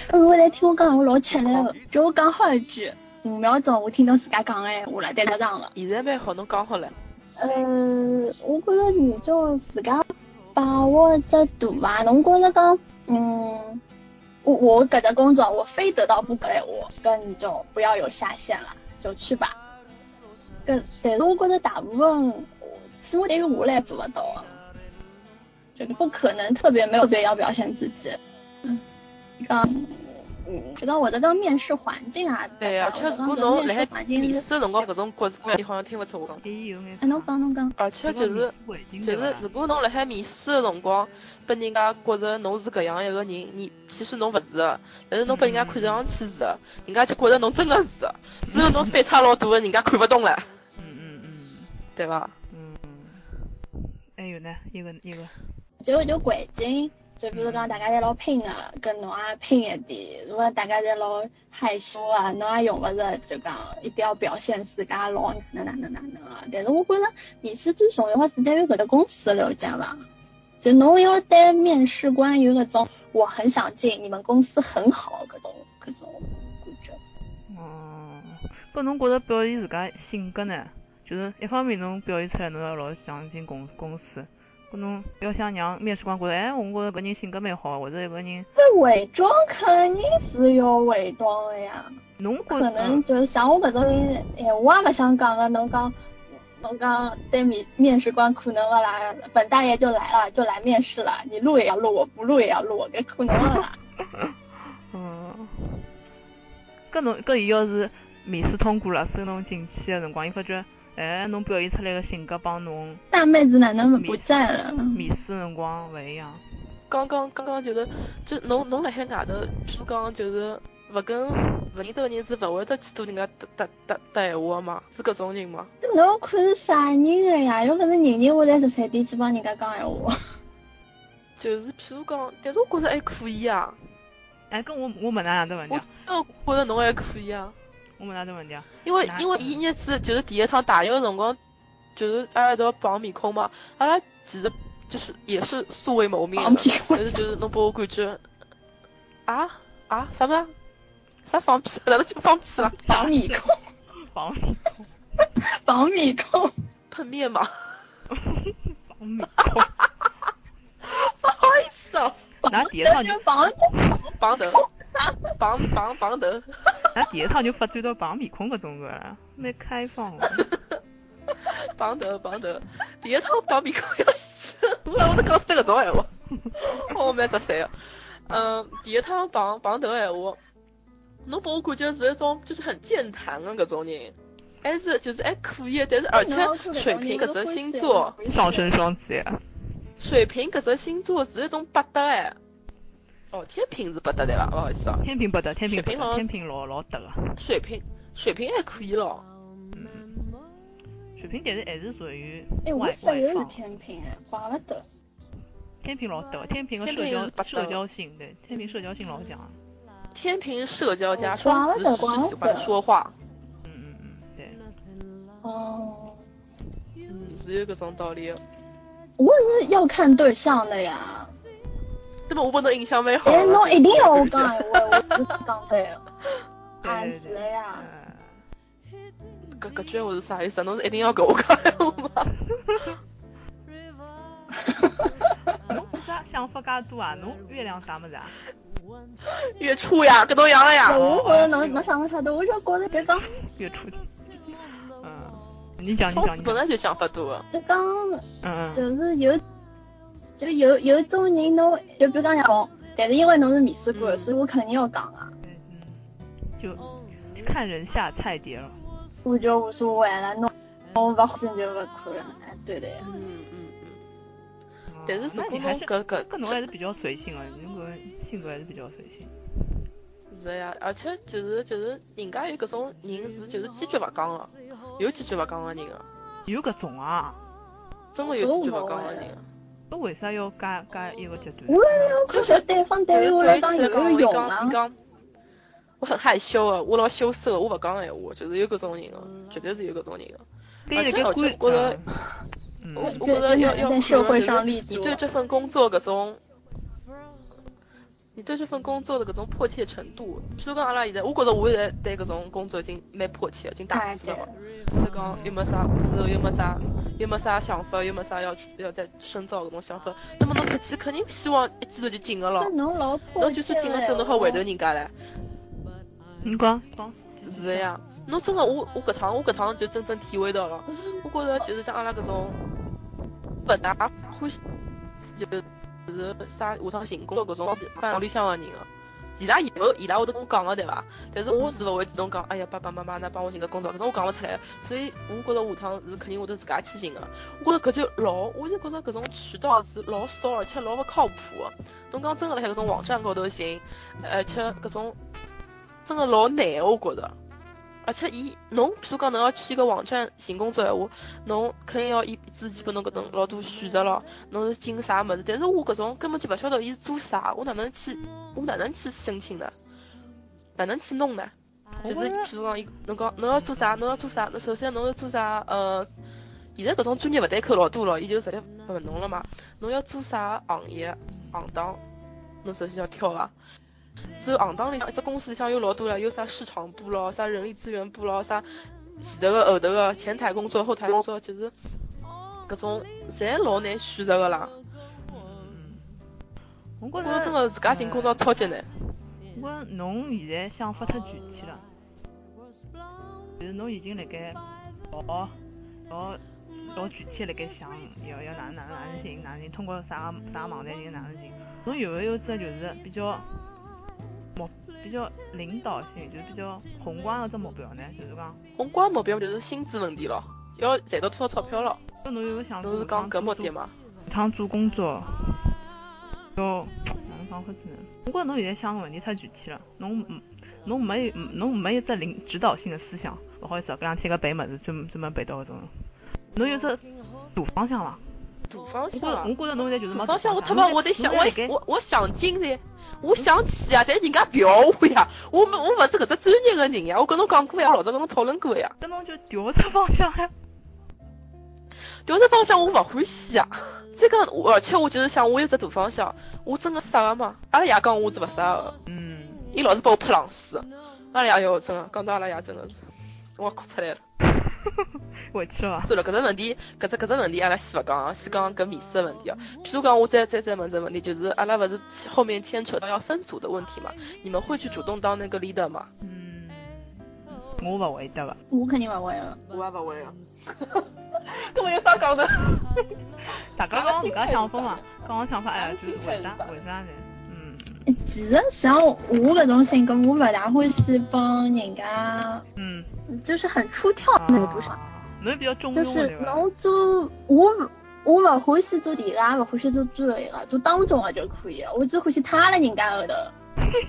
Speaker 1: 刚刚我在听我讲，我老吃力的，就我讲好一句，五秒钟我听到自家讲的闲话了，对得上了。
Speaker 3: 现在蛮好，侬讲好了。
Speaker 1: 呃，我觉着你就自家把握这度吧。侬觉着讲，嗯，我我搿只工作我非得到不可的话，搿你就不要有下限了，就去吧。搿但是我觉着大部分，起码对于我来做勿到啊，就是不可能特别没有特别要表现自己。嗯，讲，嗯，就讲或者讲面试环境啊，
Speaker 3: 对，而
Speaker 1: 或
Speaker 3: 且
Speaker 1: 者讲
Speaker 3: 如果
Speaker 1: 搿
Speaker 3: 侬
Speaker 1: 面
Speaker 3: 辣
Speaker 1: 试
Speaker 3: 海
Speaker 1: 环
Speaker 3: 面
Speaker 1: 境
Speaker 3: 试
Speaker 1: 是，
Speaker 3: 的辰光搿种觉子，你好像听勿出我讲。
Speaker 2: 哎，有眼啥
Speaker 1: 哎，侬讲侬讲。
Speaker 3: 而且
Speaker 2: 搿
Speaker 3: 就
Speaker 2: 个面
Speaker 3: 是
Speaker 2: 试环境对
Speaker 3: 就是
Speaker 2: 伐，
Speaker 3: 如果侬辣海面试的辰光，被人家觉着侬是搿样一个人，你其实侬勿是的，但是侬被人家看上去是的，人家就觉着侬真的是的，只有侬反差老大的，人家看勿懂了，
Speaker 2: 嗯嗯嗯
Speaker 3: 对伐？
Speaker 2: 嗯，还有呢，一个一个，
Speaker 1: 就就环境，就比如讲大家侪老拼个，跟侬也拼一点。如果大家侪老害羞啊，侬也用勿着就讲一定要表现自家老哪能哪能哪能啊。但是我觉着面试最重要的是对于搿个公司的了解伐。就侬要对面试官有搿种我很想进，你们公司很好搿种搿种感觉。
Speaker 2: 哦，搿侬觉着表现自家性格呢？就是一方面侬表现出来侬要老想进公公司，搿侬不要想让面试官觉着，哎，我觉着搿人性格蛮好，啊或者搿人
Speaker 1: 那伪装肯定是要伪装的呀。
Speaker 2: 侬觉
Speaker 1: 可
Speaker 2: 着
Speaker 1: 能就是像我搿种人，哎，我也勿想讲个，侬讲，侬讲对面面试官可能勿啦，本大爷就来了，就来面试了，你录也要录我，不录也要录我，搿可能勿啦。
Speaker 2: 嗯，搿侬搿伊要是面试通过了，收侬进去个辰光，伊发觉，哎，侬表现出来个性格帮侬
Speaker 1: 大妹子哪能不在了？
Speaker 2: 面试辰光勿一样。
Speaker 3: 刚刚刚刚就是，就侬侬辣海外头，譬如讲就是勿跟勿认得个人是勿会得去对人家搭搭搭搭闲话个嘛，是搿种人嘛？
Speaker 1: 这侬看是啥人个呀？又勿是人人会在十三点去帮人家讲闲话。
Speaker 3: 就是譬如讲，但是我觉着还可以啊，
Speaker 2: 哎，搿我我问㑚两个问题
Speaker 3: 我
Speaker 2: 啊，
Speaker 3: 真的觉着侬还可以啊。
Speaker 2: 我问㑚两个问题啊。
Speaker 3: 因为
Speaker 2: 哪
Speaker 3: 因为伊那次就是第一趟大一的辰光，就是阿拉一道绑面孔嘛，阿拉其实就是也是素未谋面
Speaker 1: 绑
Speaker 3: 的，
Speaker 1: 屁股
Speaker 3: 但是就是侬拨我感觉，啊啊啥么？啥放屁？哪能就放屁了？
Speaker 1: 防米控，
Speaker 2: 帮面
Speaker 1: 防米控，
Speaker 3: 喷面嘛？
Speaker 2: 帮面孔，
Speaker 3: 不好意思哦，
Speaker 2: 㑚第一趟就
Speaker 1: 防
Speaker 3: 绑头，绑绑绑头，
Speaker 2: 㑚第一趟就发展到帮面孔搿种个了，蛮开 放个。
Speaker 3: 绑头绑头，第一趟绑面孔要死，我哪会得讲出来搿种闲话？ 我蛮扎三个。啊嗯，第一趟碰碰头闲话，侬拨我感觉是一种就是很健谈的搿种人，还是就是还可以的，但是
Speaker 1: 哎
Speaker 3: 而且水瓶搿只星座，，
Speaker 2: 上升双子呀，
Speaker 3: 水瓶搿只星座是一种八搭哎。哦，天平是八搭对伐？勿好意思啊，
Speaker 2: 天平不得，天平不
Speaker 3: 水瓶好
Speaker 2: 得，天
Speaker 3: 像
Speaker 2: 平老老得个。啊
Speaker 3: 水瓶水瓶还可以咯。
Speaker 2: 嗯，水瓶但是还是属于
Speaker 1: 哎，我
Speaker 2: 外
Speaker 1: 室
Speaker 2: 外
Speaker 1: 友是
Speaker 2: 放。
Speaker 1: 天平哎，怪勿得。
Speaker 2: 天平老得，天平个
Speaker 3: 天
Speaker 2: 社
Speaker 3: 平是
Speaker 2: 交
Speaker 3: 不得
Speaker 2: 社交性，对，天平社交性老强。
Speaker 3: 天平社交家，
Speaker 1: 哦
Speaker 3: 双子
Speaker 1: 瓜了
Speaker 3: 只
Speaker 1: 瓜
Speaker 3: 是
Speaker 1: 了
Speaker 3: 喜欢说话。
Speaker 2: 嗯嗯嗯，对，
Speaker 1: 哦，
Speaker 3: 嗯是有搿种道理哦的。
Speaker 1: 我是要看对象的呀。
Speaker 3: 那么我把侬印象蛮好啊
Speaker 1: 哎，
Speaker 3: 了
Speaker 1: 侬一定要我讲闲话，我不讲出来。俺
Speaker 2: 对
Speaker 1: 是
Speaker 2: 对
Speaker 1: 的
Speaker 2: 对，嗯
Speaker 1: 呀，
Speaker 3: 搿搿句话是啥意思啊？侬是一定要搿我讲
Speaker 2: 哎
Speaker 3: 闲话吗？
Speaker 2: 嗯侬为啥想法介多啊？侬月亮啥么子啊？
Speaker 3: 月初呀，搿侬样了呀
Speaker 1: 哎？我觉着侬侬想的差多，我就觉着就讲
Speaker 2: 月初的，嗯，你讲你
Speaker 3: 双
Speaker 2: 讲
Speaker 3: 子
Speaker 2: 你
Speaker 3: 本
Speaker 2: 讲，
Speaker 3: 来就想法多的，
Speaker 1: 就讲
Speaker 2: 嗯嗯，
Speaker 1: 就是有就有有种人侬就比如讲像，但是因为侬是面试官，
Speaker 3: 嗯
Speaker 1: 所以我肯定要讲啊，
Speaker 2: 嗯嗯就看人下菜碟了。
Speaker 1: 我就无所谓了，侬侬勿欢喜就勿看了，哎，对的呀。
Speaker 3: 嗯嗯嗯。
Speaker 2: 嗯
Speaker 3: 但是
Speaker 2: 那
Speaker 3: 如果
Speaker 2: 你
Speaker 3: 侬
Speaker 2: 还是
Speaker 3: 搿搿
Speaker 2: 跟侬还是比较随性啊，侬个性格还是比较随性。
Speaker 3: 是呀，而且就是就是，人家有搿种人是就是坚决勿讲的，有坚决勿讲的人啊，
Speaker 2: 有搿种啊，
Speaker 3: 真的有坚决勿讲的人啊。
Speaker 2: 搿为啥要加加一个极端？
Speaker 1: 我感觉对方
Speaker 2: 啊
Speaker 1: 对于我来讲有没有用
Speaker 3: 讲，
Speaker 1: 啊
Speaker 3: 伊？讲我很害羞啊，我老羞涩的，我勿讲闲话，就是有搿种人啊，绝对是有搿种人啊。
Speaker 2: 跟一个
Speaker 3: 而且
Speaker 2: 官，
Speaker 3: 啊我觉得
Speaker 2: 嗯
Speaker 3: 我
Speaker 2: 嗯
Speaker 3: 我觉得要要
Speaker 1: 在社会
Speaker 3: 看
Speaker 1: 上
Speaker 3: 就是
Speaker 1: 立足
Speaker 3: 你对这份工作搿种，你对这份工作的搿种迫切程度，譬如讲阿拉现在，我觉着我现在对搿种工作已经蛮迫切，已经打
Speaker 1: 哎，
Speaker 3: 死
Speaker 1: 对
Speaker 3: 了。，这讲又没啥无所谓，又没啥，又没啥想法，又没啥要去要再深造搿种想法。那么侬出去肯定希望一记头就进个咯
Speaker 1: 那，侬老破
Speaker 3: 侬就算进了之后，侬好回头人家唻。
Speaker 2: 你讲讲，
Speaker 3: 是的呀，侬真的我我搿趟我搿趟就真正体会到了，我觉着就是像阿拉搿种，勿大欢喜，就是就是啥下趟寻工作搿种翻屋里向个人啊。伊拉有，伊拉会得跟我讲个对伐？但是我是勿会主动讲，哎呀，爸爸妈妈，㑑帮我寻个工作，搿种我讲勿出来。所以我觉着下趟是肯定会得自家去寻个。我觉着搿就老，我就觉着搿种渠道是老少，而且老勿靠谱个。侬讲真个辣海搿种网站高头寻，而且搿种真个老难的，我觉着。而且伊侬，譬如讲侬要去一个网站寻工作闲话，侬肯定要伊之前拨侬搿种老多选择咯，侬是进啥物事？但是我搿种根本就勿晓得伊是做啥，我哪能去，我哪能去申请呢？哪能去弄呢？
Speaker 2: 我
Speaker 3: 就
Speaker 2: 觉
Speaker 3: 是
Speaker 2: 着
Speaker 3: 譬如讲，伊侬讲侬要做啥，侬要做啥，侬首先侬要做啥，呃，现在搿种专业勿对口老多了，伊就直接问侬了嘛，侬要做啥行业行当，侬首先要挑啊。只有行当里向一只公司里向有老多了，有啥市场部咯，啥人力资源部咯，啥前头个后头个前台工作、后台工作，就是搿种侪老难选择个啦。
Speaker 2: 嗯我觉
Speaker 3: 我觉着
Speaker 2: 着
Speaker 3: 真个自家寻工作超级难。
Speaker 2: 我觉着侬现在想法太具体了，就是侬已经辣盖老老老具体地辣盖想要要哪能哪能哪能行，哪能行，通过啥个啥个网站寻哪能行。侬有没有一只就是比较目比较领导性，就是比较宏观个只目标呢？就是讲，
Speaker 3: 宏观目标就是薪资问题咯，要赚到多少钞票咯，
Speaker 2: 就侬有没有想过
Speaker 3: 侬是讲搿目的
Speaker 2: 点
Speaker 3: 嘛？
Speaker 2: 趟做工作，要哪能讲法子呢？不过侬现在想个问题太具体了，侬嗯侬没侬没一只领指导性的思想。勿好意思啊，搿两天搿背物事专门专门背到搿种，侬有只大方向伐？
Speaker 3: 大方
Speaker 2: 我
Speaker 3: 向
Speaker 2: 觉着
Speaker 3: 啊
Speaker 2: 我，觉着侬现在就是没
Speaker 3: 大方向我他
Speaker 2: 侬
Speaker 3: 妈
Speaker 2: 在
Speaker 3: 我得想，
Speaker 2: 侬
Speaker 3: 我
Speaker 2: 在辣盖
Speaker 3: 我我想进的，我想去啊，但人家不要我呀，我没我勿是搿只专业个人啊呀，我跟侬讲过呀，老早跟侬讨论过呀。
Speaker 2: 搿侬就调只方向呀。
Speaker 3: 调只方向我勿欢喜啊！再讲，我而且我就是想，我有只大方向，我真的适合吗？阿拉爷讲我是勿适合的，
Speaker 2: 嗯，
Speaker 3: 伊老是把我泼冷水。阿拉爷哟，真的，讲到阿拉爷真的是，我哭出来了。
Speaker 2: 委屈了伐？
Speaker 3: 算了，搿只问题，搿只搿只问题，阿拉先勿讲啊，先讲搿面试的问题啊。譬如讲，我再再再问这问题，就是阿拉勿是后面牵扯到要分组的问题嘛？你们会去主动当那个 leader 吗？
Speaker 2: 嗯，我勿会得个。
Speaker 1: 我肯定勿会了。
Speaker 3: 我也勿会 啊。搿我有啥讲的？
Speaker 2: 大家讲自家想法嘛，讲我想法哎，就是为啥
Speaker 3: 俺们
Speaker 2: 为啥呢？嗯，
Speaker 1: 其实像我搿种性格，我勿大欢喜帮人家，
Speaker 2: 嗯，
Speaker 1: 就是很出挑的那个不是，
Speaker 2: 啊侬比较中
Speaker 1: 就
Speaker 2: 庸的
Speaker 1: 是
Speaker 2: 对伐？
Speaker 1: 侬做我勿我勿欢喜做第一个，也勿欢喜做最后一个，做当中的就可以了。我只欢喜塌辣人家后头，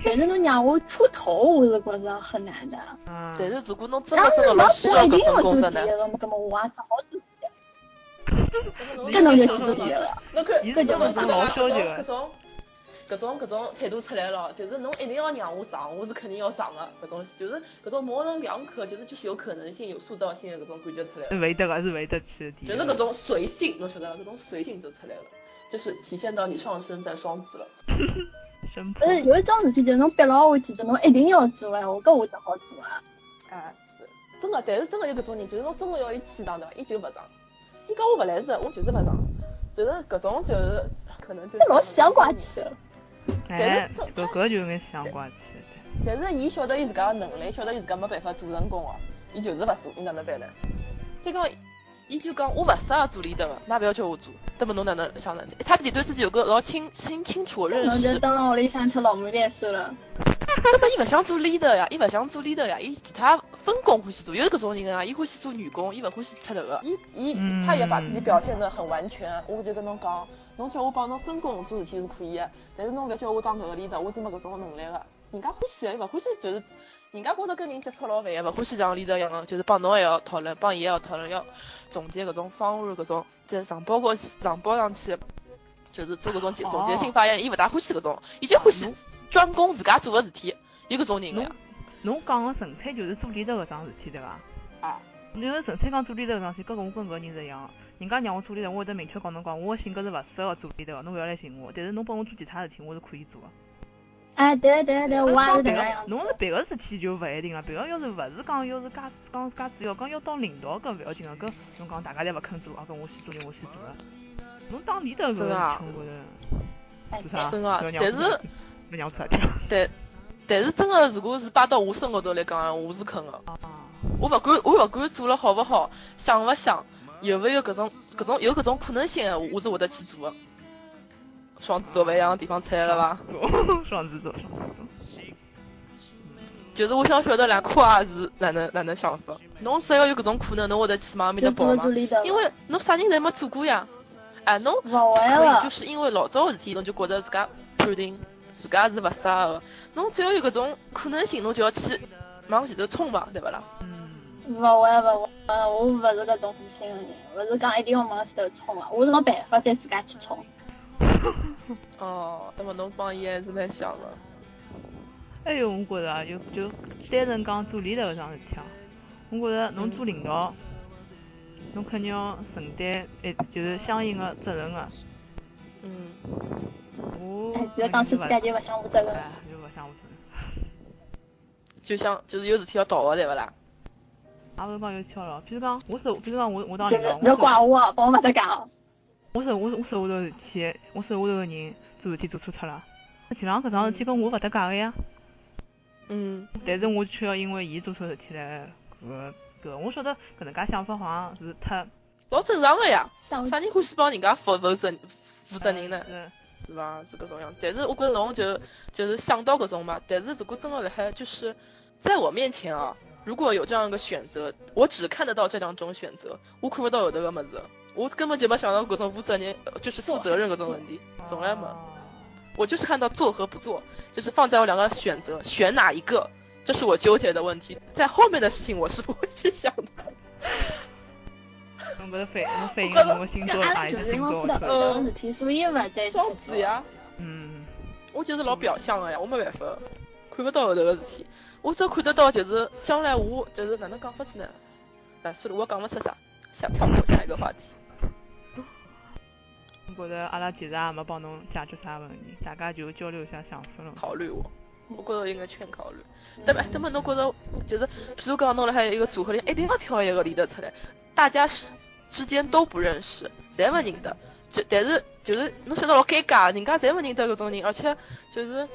Speaker 1: 但是侬让我出头，我是觉着很难的。
Speaker 2: 嗯
Speaker 3: 但是如果侬真
Speaker 1: 当
Speaker 3: 的真的
Speaker 1: 然，
Speaker 3: 老
Speaker 1: 老
Speaker 3: 需要
Speaker 1: 一定
Speaker 3: 搿
Speaker 1: 要
Speaker 3: 份
Speaker 1: 做
Speaker 3: 工
Speaker 1: 第一
Speaker 3: 作呢，
Speaker 1: 个嘛，搿么我也只好做第一
Speaker 2: 你
Speaker 1: 个，搿侬就去做第一个。
Speaker 3: 那看
Speaker 2: 伊
Speaker 1: 搿就
Speaker 2: 根本
Speaker 1: 是
Speaker 2: 是老消极
Speaker 3: 搿
Speaker 2: 的，
Speaker 3: 种，搿种搿种态度出来了，就是侬一定要让我上，我是肯定要上的搿种，就是搿种模棱两可，就是就是有可能性、有塑造性的搿种感觉出来了。
Speaker 2: 是会得个，是会得去的地。
Speaker 3: 就是搿种随性，侬晓得伐？搿种随性就出来了，就是体现到你上升在双子了。
Speaker 2: 生怕
Speaker 1: 但是有一桩事体，就是侬逼牢我去做，侬一定要做哎，我搿我只好做啊。
Speaker 3: 啊，是，真的，但是真的有搿种人，就是侬真的要伊去上对伐？伊就勿上，伊讲我勿来事，我就是勿上，就是搿种就是可能就是
Speaker 1: 这老想怪气的，
Speaker 2: 哎，
Speaker 3: 但是
Speaker 2: 搿搿就有眼想怪气的。
Speaker 3: 但是伊晓得伊自家的能力，晓得伊自家没办法做成功哦，伊就是勿做，伊哪能办呢？再讲，伊就讲我勿适合做 leader 的，㑚勿要叫我做，那么侬哪能想呢？他自己对自己有个老清清清楚的认
Speaker 1: 侬就
Speaker 3: 识，
Speaker 1: 蹲辣屋里向吃老母面算了。
Speaker 3: 那么伊勿想做 leader 呀，伊勿想做 leader 呀，伊其他分工欢喜做，有搿种人啊，伊欢喜做女工，伊勿欢喜出头个。伊伊
Speaker 2: 嗯
Speaker 3: 他也把自己表现得很完全，我就跟侬讲，侬叫我帮侬分工做事体是可以的，但是侬勿要叫我当搿个 leader，我是没搿种能力个。人家欢喜的，伊勿欢喜就是，人家觉得跟人接触老烦个，勿欢喜像 leader 一样个，啊就是帮侬也要讨论，帮伊也要讨论，要总结搿种方案，搿种就是上报告上报上去的，就是做搿种总总结性发言，伊勿大欢喜搿种，伊就欢喜专攻自家做个事体。有搿种人个呀，
Speaker 2: 侬讲个纯粹就是做 leader 搿桩事体，对伐？
Speaker 3: 啊，
Speaker 2: 侬要是纯粹讲做 leader 搿桩事体，搿我跟搿人是一样的。人家让我做 leader，我会得明确告侬讲，我个性格是勿适合做 leader 的，侬勿要来寻我。但是侬帮我做其他事体，我是可以做的。
Speaker 1: 哎，对了对了对了，我也是
Speaker 2: 别
Speaker 1: 迭个
Speaker 2: 个
Speaker 1: 样子。
Speaker 2: 侬是别个事体就勿一定了，别个要是勿是讲要是介讲介主要，讲要当领导搿勿要紧了，搿侬讲大家侪勿肯做，啊搿我先做，我先做了。侬当 leader 搿
Speaker 3: 是
Speaker 2: 个事
Speaker 3: 啊
Speaker 2: 体，我觉着
Speaker 1: 哎
Speaker 2: 做啥？
Speaker 3: 真的啊
Speaker 2: 不要让
Speaker 3: 但是
Speaker 2: 勿让我出来跳。
Speaker 3: 但但是真个，如果是摆到我身高头来讲，我是肯个。
Speaker 2: 啊，
Speaker 3: 我勿管我勿管做了好勿好，想勿想，有勿有搿种搿种有搿种可能性的，我是会得去做的。啊双子座勿一样的地方出来了伐？
Speaker 2: 做双子座，双子座。
Speaker 3: 就是我想晓得兰科也是哪能哪能想法。侬只要有搿种可能，侬会得去往阿面
Speaker 1: 就
Speaker 3: 搭
Speaker 1: 做
Speaker 3: 跑
Speaker 1: 了
Speaker 3: 嘛
Speaker 1: 做？leader，
Speaker 3: 因为侬啥人侪没做过呀。哎，侬
Speaker 1: 勿会
Speaker 3: 可以就
Speaker 1: 了。
Speaker 3: 是因为老早个事体，侬就觉着自家判定自家是勿适合个。侬只要有搿种可能性，侬就要去往前头冲嘛，对勿啦？
Speaker 2: 嗯，
Speaker 1: 勿会勿会，我勿是搿种个性个人，勿是讲一定要往前头冲个，我是没办法再自家去冲。
Speaker 3: 哦，那么侬帮伊还是蛮像个。
Speaker 2: 哎哟，我觉着啊，就就单纯讲做 leader 搿桩事体啊，我觉着侬做领导，侬肯定要承担一就是相应个责任个。
Speaker 3: 嗯，
Speaker 2: 我
Speaker 1: 哎，直接讲出自家就勿想负责任。
Speaker 2: 哎，就勿想负责任。
Speaker 3: 就像就是有事体要逃个，对勿啦？
Speaker 2: 也勿是讲有巧了，譬如讲，我手，譬如讲我我当
Speaker 1: 就
Speaker 2: 领
Speaker 1: 是
Speaker 2: 导，
Speaker 1: 勿要
Speaker 2: 我手
Speaker 1: 怪我哦，帮我勿搭讲哦。
Speaker 2: 我手我手我手下头的事体，我手下头个人做事体做错脱了，那其实上搿桩事体跟我勿搭界个呀，
Speaker 3: 嗯，
Speaker 2: 但是我却要因为伊做错事体来搿个搿个，我晓得搿能介想法好像是太
Speaker 3: 老正常个呀。
Speaker 1: 想
Speaker 3: 啥人欢喜帮人家负负责负责任呢？
Speaker 2: 是
Speaker 3: 是伐？是搿种样子。但是我觉着侬就就是想到搿种嘛。但是如果真的辣海，就是在我面前啊，如果有这样一个选择，我只看得到这两种选择，我看不到有迭个物事。我根本就没想到搿种负责任，呃就是负责任搿种问题，从来没。
Speaker 2: 啊
Speaker 3: 我就是看到做和不做，就是放在我两个选择，选哪一个，这是我纠结的问题。在后面的事情我是不会去想的。
Speaker 2: 侬搿个反侬反映
Speaker 3: 我觉
Speaker 2: 了
Speaker 3: 得
Speaker 2: 侬个星
Speaker 1: 就
Speaker 2: 座
Speaker 1: 阿
Speaker 2: 哪
Speaker 1: 拉
Speaker 2: 一
Speaker 1: 就
Speaker 2: 只
Speaker 1: 是因
Speaker 2: 星
Speaker 1: 为
Speaker 2: 座
Speaker 1: 辅
Speaker 2: 的
Speaker 1: 导
Speaker 2: 特
Speaker 1: 搿
Speaker 2: 征？
Speaker 1: 种事体，所以勿再去
Speaker 3: 双
Speaker 1: 做
Speaker 3: 子。呀，
Speaker 2: 嗯，
Speaker 3: 我就是老表象个呀，我没办法，看不到后头个事体。我只看得到就是将来我就是哪能讲法子呢？哎，算了，我也讲勿出啥，下跳过下一个话题。
Speaker 2: 我觉着阿拉其实也没帮侬解决啥问题，大家就交流一下想法咯。
Speaker 3: 考虑我，我觉着应该劝考虑。对吧？那么侬觉着就是，比如讲侬辣海一个组合里，一定要挑一个 leader 出来，大家是之间都不认识，侪勿认得。就但是就是侬晓得老尴尬，人家侪勿认得搿种人，而且就是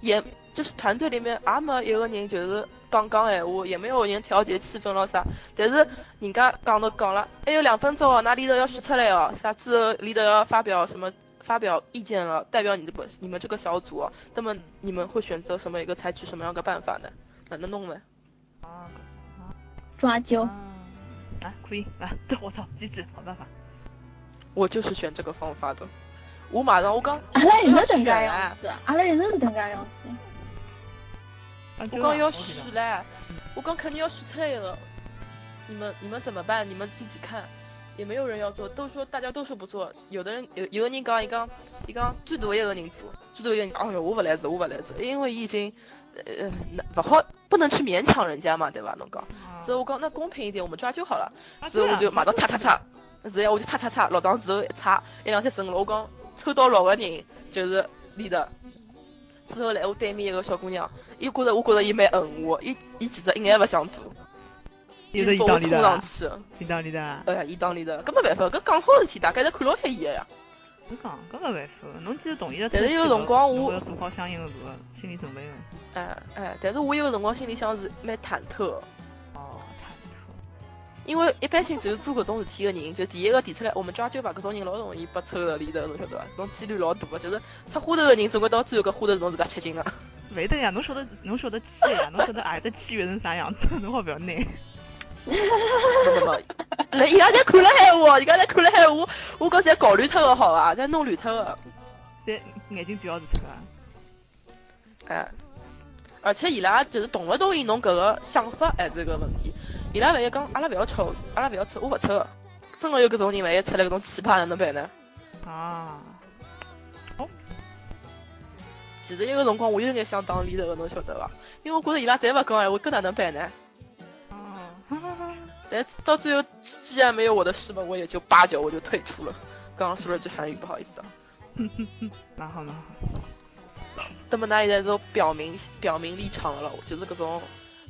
Speaker 3: 也就是团队里面也没一个人就是讲讲闲话，也没有人调节气氛咯啥。但是人家讲都讲了，还有两分钟哦，那 leader 要选出来哦，啥之后 leader 要发表什么发表意见了，代表你这个你们这个小组哦、那么你们会选择什么一个采取什么样的办法呢？哪能弄呢？
Speaker 2: 啊，搿种啊。
Speaker 1: 抓阄，
Speaker 2: 啊，来，可以，来，对我操，机智，好办法。
Speaker 3: 我就是选这个方法的。我马上我刚
Speaker 1: 阿拉一直迭个样子，阿拉一直是迭个样子。
Speaker 2: 啊，
Speaker 3: 我
Speaker 2: 就
Speaker 3: 刚
Speaker 2: 是
Speaker 3: 要
Speaker 2: 我觉得
Speaker 3: 选嘞，我刚肯定要选出来一个。你们你们怎么办？你们自己看。也没有人要做，都说大家都说不做。有的人有有个人讲，伊讲伊讲最大一个人做，最大一个人，哎哟，我勿来事，我勿来事，因为伊已经呃勿好不能去勉强人家嘛，对伐？侬讲，
Speaker 2: 啊
Speaker 3: 所以我讲那公平一点，我们抓阄好了。
Speaker 2: 啊
Speaker 3: 所以我
Speaker 2: 对
Speaker 3: 就
Speaker 2: 啊
Speaker 3: 马上擦擦擦，然后我就擦擦擦，老长之后一擦，一两天神了，我讲抽到老个人就是你的。之后来我对面一个小姑娘，伊觉着我觉着伊蛮恨我，伊伊其实一眼勿想做，
Speaker 2: 伊
Speaker 3: 伊
Speaker 2: 是
Speaker 3: 把
Speaker 2: 伊
Speaker 3: 我
Speaker 2: 当里
Speaker 3: 拖
Speaker 2: 的啊
Speaker 3: 上，
Speaker 2: 伊
Speaker 3: 去。
Speaker 2: 当里的啊，
Speaker 3: 哎呀，伊当里的，搿没办法，搿讲好事体，大家侪看牢海伊个呀。
Speaker 2: 侬讲搿没办法，侬既然同意 了，
Speaker 3: 但是
Speaker 2: 这
Speaker 3: 有
Speaker 2: 个
Speaker 3: 辰光
Speaker 2: 侬
Speaker 3: 我
Speaker 2: 要做好相应的搿个心理准备了。
Speaker 3: 哎哎，但是我有辰光心里向是蛮忐忑的，
Speaker 2: 哦，太不
Speaker 3: 因为一般性就是做搿种事体个人，就第一个提出来我们抓阄吧，搿种人老容易被抽的里头，侬晓得伐？侬几率老大个，就是出花头个人，总归到最后搿花头是侬自家吃尽个。
Speaker 2: 错，会得呀，侬晓得侬晓得气呀，侬晓得哎，这气源成啥样子，侬好不要拿。
Speaker 3: 不不不，人家侪看了海我，人家侪看了海我，我讲侪搞乱脱个好伐？侪弄乱脱个，
Speaker 2: 这眼睛不要是出啊，
Speaker 3: 哎。而且伊拉就是同勿同意侬搿个想法还是个问题。伊拉万一讲阿拉勿要抽，阿拉勿要抽，我勿抽个。真个有搿种人，万一出来搿种奇葩，哪能办呢？
Speaker 2: 啊，
Speaker 3: 其实有个辰光我有眼想当 leader 个，侬晓得伐？因为我觉着伊拉侪勿讲闲话，搿哪能办呢？
Speaker 2: 哦，哈哈哈
Speaker 3: 但是到最后，既然没有我的事嘛，我也就八九我就退出了。刚刚说了句韩语，不好意思啊。
Speaker 2: 蛮好蛮好。
Speaker 3: 那么那现在都表明表明立场了，就是各种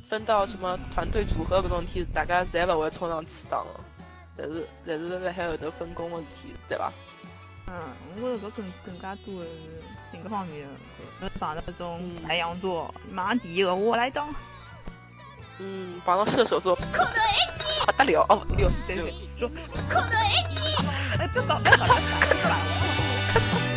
Speaker 3: 分到什么团队组合各种事体，大家侪勿会冲上去打的，但是但是辣海后头分工问题，对伐？
Speaker 2: 嗯，我觉着搿更更加多的是性格方面的，侬碰到那种白羊座，马上第一个我来当，
Speaker 3: 嗯，帮到射手座，不得了哦，六
Speaker 2: 对
Speaker 3: 十
Speaker 2: 对，说，哎，别搞别搞别搞，别搞